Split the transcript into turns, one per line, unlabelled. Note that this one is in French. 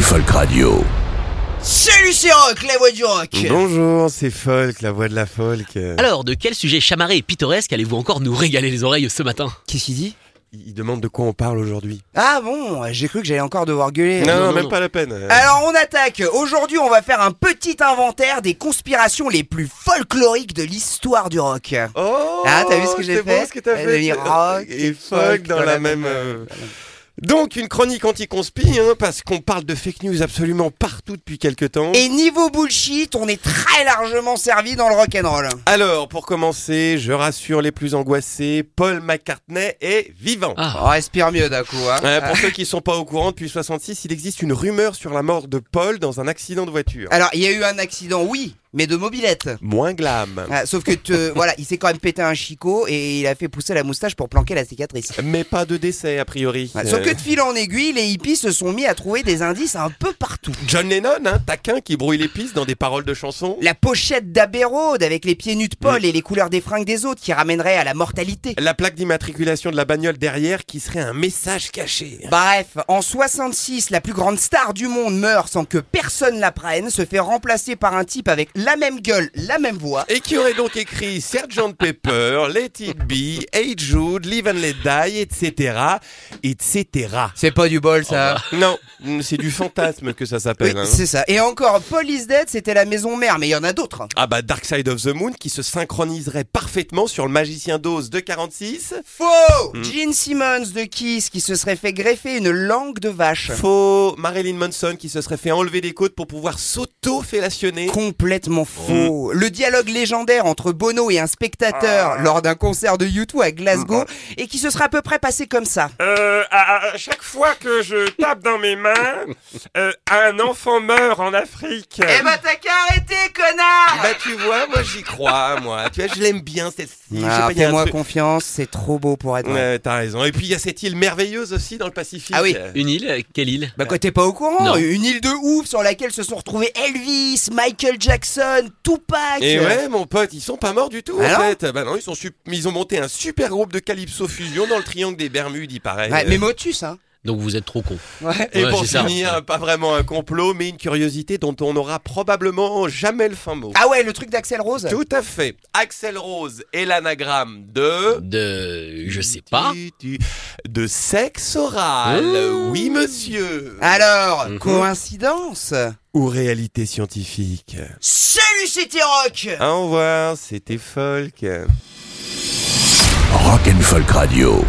Folk Radio.
Salut, c'est Rock, la voix du rock
Bonjour, c'est Folk, la voix de la folk.
Alors, de quel sujet chamarré et pittoresque allez-vous encore nous régaler les oreilles ce matin
Qu'est-ce qu'il dit
Il demande de quoi on parle aujourd'hui.
Ah bon, j'ai cru que j'allais encore devoir gueuler.
Non,
non,
non,
non,
même
non.
pas la peine. Euh,
Alors on attaque. Aujourd'hui, on va faire un petit inventaire des conspirations les plus folkloriques de l'histoire du rock.
Oh
Ah, t'as vu ce que j'ai
je
fait
vois ce que t'as
Elle
fait.
devient rock
et folk dans, la même... euh, Donc, une chronique anti-conspi, hein, parce qu'on parle de fake news absolument partout depuis quelque temps.
Et niveau bullshit, on est très largement servi dans le rock and roll.
Alors, pour commencer, je rassure les plus angoissés, Paul McCartney est vivant.
Ah.
On Oh, respire mieux d'un coup, hein.
Euh, pour ceux qui sont pas au courant, depuis 66, il existe une rumeur sur la mort de Paul dans un accident de voiture.
Alors, il y a eu un accident, oui, mais de mobilette.
Moins glam.
Ah, sauf que te, voilà, il s'est quand même pété un chicot et il a fait pousser la moustache pour planquer la cicatrice.
Mais pas de décès, a priori.
Ah, Sauf
Euh,
que de fil en aiguille, les hippies se sont mis à trouver des indices un peu partout.
John Lennon, hein, taquin qui brouille les pistes dans des paroles de chansons.
La pochette d'Abbey Road avec les pieds nus de Paul et les couleurs des fringues des autres qui ramènerait à la mortalité.
La plaque d'immatriculation de la bagnole derrière qui serait un message caché.
Bref, en 66, la plus grande star du monde meurt sans que personne la prenne, se fait remplacer par un type avec la même gueule, la même voix.
Et qui aurait donc écrit Sergeant Pepper, Let It Be, Hey Jude, Live and Let Die, etc. etc.
C'est pas du bol ça.
Non, mm, c'est du fantasme que ça
Oui,
s'appelle. hein.
c'est ça. Et encore, Paul is dead, c'était la maison mère, mais il y en a d'autres.
Ah bah Dark Side of the Moon qui se synchroniserait parfaitement sur le magicien d'Oz de 46.
Faux Gene Simmons de Kiss qui se serait fait greffer une langue de vache.
Faux Marilyn Manson qui se serait fait enlever des côtes pour pouvoir s'auto-fellationner.
Complètement faux. Le dialogue légendaire entre Bono et un spectateur lors d'un concert de U2 à Glasgow et qui se serait à peu près passé comme ça.
Euh, à, à chaque fois que je tape dans mes mains, euh, un enfant meurt en Afrique.
Eh ben t'as qu'à arrêter, connard
Bah tu vois, moi j'y crois, moi. Tu vois, je l'aime bien celle-ci. Je sais
ah,
pas, il y a un
Fais-moi
truc-
confiance, c'est trop beau pour être vrai.
Ouais, T'as raison. Et puis il y a cette île merveilleuse aussi dans le Pacifique.
Ah oui.
Une île euh, Quelle île
Bah quoi, t'es pas au courant
Non.
Une île de ouf sur laquelle se sont retrouvés Elvis, Michael Jackson, Tupac.
Et ouais, mon pote, ils sont pas morts du tout
Ah
en
non
fait. Bah non, ils sont sup- ils ont monté un super groupe de calypso fusion dans le triangle des Bermudes, il paraît.
Ouais, mais Motus, hein.
Donc vous êtes trop con.
Ouais.
Et
Ouais,
pour
c'est ça.
finir, pas vraiment un complot, mais une curiosité dont on n'aura probablement jamais le fin mot.
Ah ouais, le truc d'Axel Rose.
Tout à fait. Axel Rose est l'anagramme de.
De. Je sais pas.
Tu- tu- De sexe oral.
Mmh.
Oui, monsieur.
Alors,
Mhm.
coïncidence
Ou réalité scientifique.
Salut, c'était Rock
Au revoir, c'était Folk.
Rock and Folk Radio.